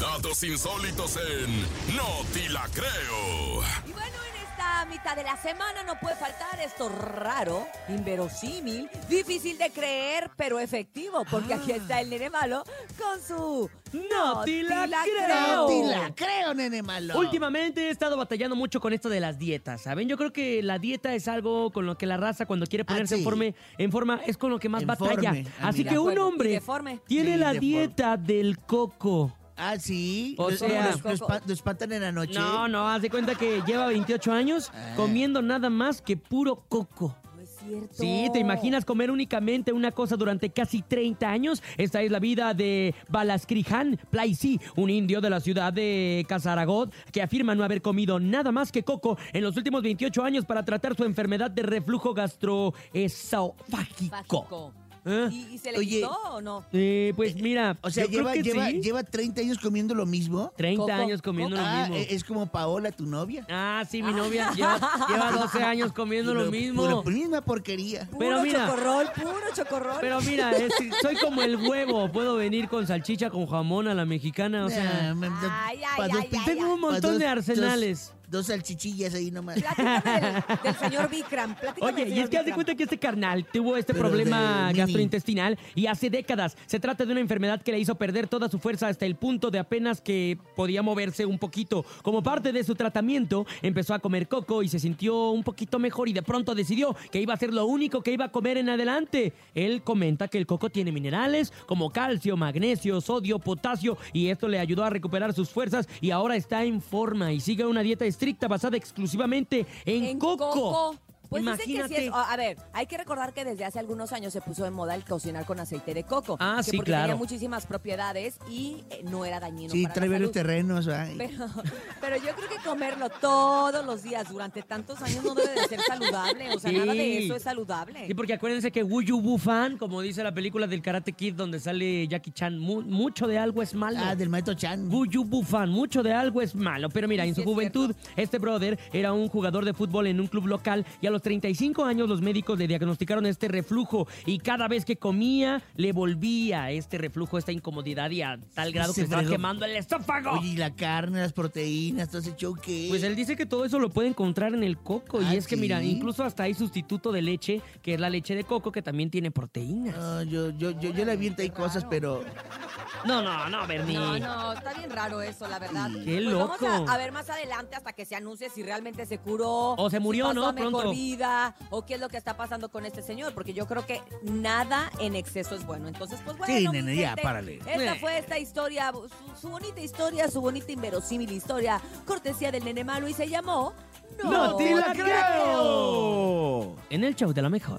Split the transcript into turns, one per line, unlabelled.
Datos insólitos en No Te La Creo.
Y bueno, en esta mitad de la semana no puede faltar esto raro, inverosímil, difícil de creer, pero efectivo, porque aquí está el nene malo con su
Ah. No te la
te
creo.
Ni la creo, nene malo.
Últimamente he estado batallando mucho con esto de las dietas, ¿saben? Yo creo que la dieta es algo con lo que la raza cuando quiere ponerse
Ah, sí.
en, forma, en forma es con lo que más
Informe,
batalla.
amiga.
Así que
De
un
acuerdo, y
hombre
deforme.
tiene
Sí,
la
deforme.
dieta del coco.
Ah, sí.
O
Lo-
sea- pues,
los, los pa- los espantan en la noche.
No, no, haz de cuenta que lleva 28 años
Ah.
comiendo nada más que puro coco.
No es cierto.
Sí, ¿te imaginas comer únicamente una cosa durante casi 30 años? Esta es la vida de Balaskrihan Plaisi, un indio de la ciudad de Casaragot, que afirma no haber comido nada más que coco en los últimos 28 años para tratar su enfermedad de reflujo gastroesofágico.
Fágico.
¿Eh?
¿Y, y se le
Oye.
quitó o no?
Eh, pues mira,
O sea,
yo creo
lleva,
que
lleva,
sí.
lleva 30 años comiendo lo mismo.
30
Coco,
años comiendo lo
Ah,
mismo.
e- es como Paola, tu novia.
Ah, sí, mi novia lleva, lleva 12 años comiendo lo,
Puro-
mismo.
puro- misma porquería.
Puro
Pero mira.
chocorrol, puro chocorrol.
Pero mira, es- soy como el huevo. Puedo venir con salchicha, con jamón a la mexicana. O sea,
Ah, me- me-
Ay, ay,
pa'
ay,
dos
ay,
pin-
ay.
Tengo un
pa'
montón
dos-
de arsenales.
Dos, dos salchichillas ahí nomás.
Platícame del, del señor Vikram. Platícame
Oye,
del
y es
señor
que haz de
Vikram.
cuenta que este carnal tuvo este
Pero
problema
de mini.
gastrointestinal y hace décadas. Se trata de una enfermedad que le hizo perder toda su fuerza hasta el punto de apenas que podía moverse un poquito. Como parte de su tratamiento, empezó a comer coco y se sintió un poquito mejor y de pronto decidió que iba a ser lo único que iba a comer en adelante. Él comenta que el coco tiene minerales como calcio, magnesio, sodio, potasio y esto le ayudó a recuperar sus fuerzas y ahora está en forma y sigue una dieta estricta basada exclusivamente en, coco.
Pues dicen que
Imagínate.
sí es. A a ver, hay que recordar que desde hace algunos años se puso de moda el cocinar con aceite de coco.
Ah,
que
sí,
porque
claro.
Tenía muchísimas propiedades y eh, no era dañino.
Sí,
para
trae
la
varios
salud.
terrenos. ay.
Pero, pero yo creo que comerlo todos los días durante tantos años no debe de ser saludable. O sea, nada de
Sí.
eso es saludable.
Sí, porque acuérdense que Wuyu Bufan, como dice la película del Karate Kid donde sale Jackie Chan, mu- mucho de algo es malo.
Ah, del maestro Chan.
Guyu Bufan, mucho de algo es malo. Pero mira,
Sí,
en su
es
juventud, este brother era un jugador de fútbol en un club local y a los 35 años los médicos le diagnosticaron este reflujo y cada vez que comía le volvía este reflujo, esta incomodidad y a tal grado
Se
que estaba
fregó.
quemando el estófago.
Oye, y la carne, las proteínas, todo ese show que...
Pues él dice que todo eso lo puede encontrar en el coco.
Ah,
y es que, mira,
¿sí?
incluso hasta hay sustituto de leche, que es la leche de coco, que también tiene proteínas.
No, yo, yo, yo, yo le aviento ahí cosas, pero...
No, no, no, Bernie.
No, no, está bien raro eso, la verdad.
Qué
Pues
loco.
Vamos a, a ver más adelante hasta que se anuncie si realmente se curó.
O se
si
murió,
pasó
¿no?
a mejor
Pronto.
vida, o qué es lo que está pasando con este señor, porque yo creo que nada en exceso es bueno. Entonces, pues bueno.
Sí,
mi
nene, ya,
gente,
párale.
Esta
Eh.
fue esta historia, su, su bonita historia, su bonita inverosímil historia, cortesía del nene malo y se llamó...
¡No te la creo! En el show de la mejor.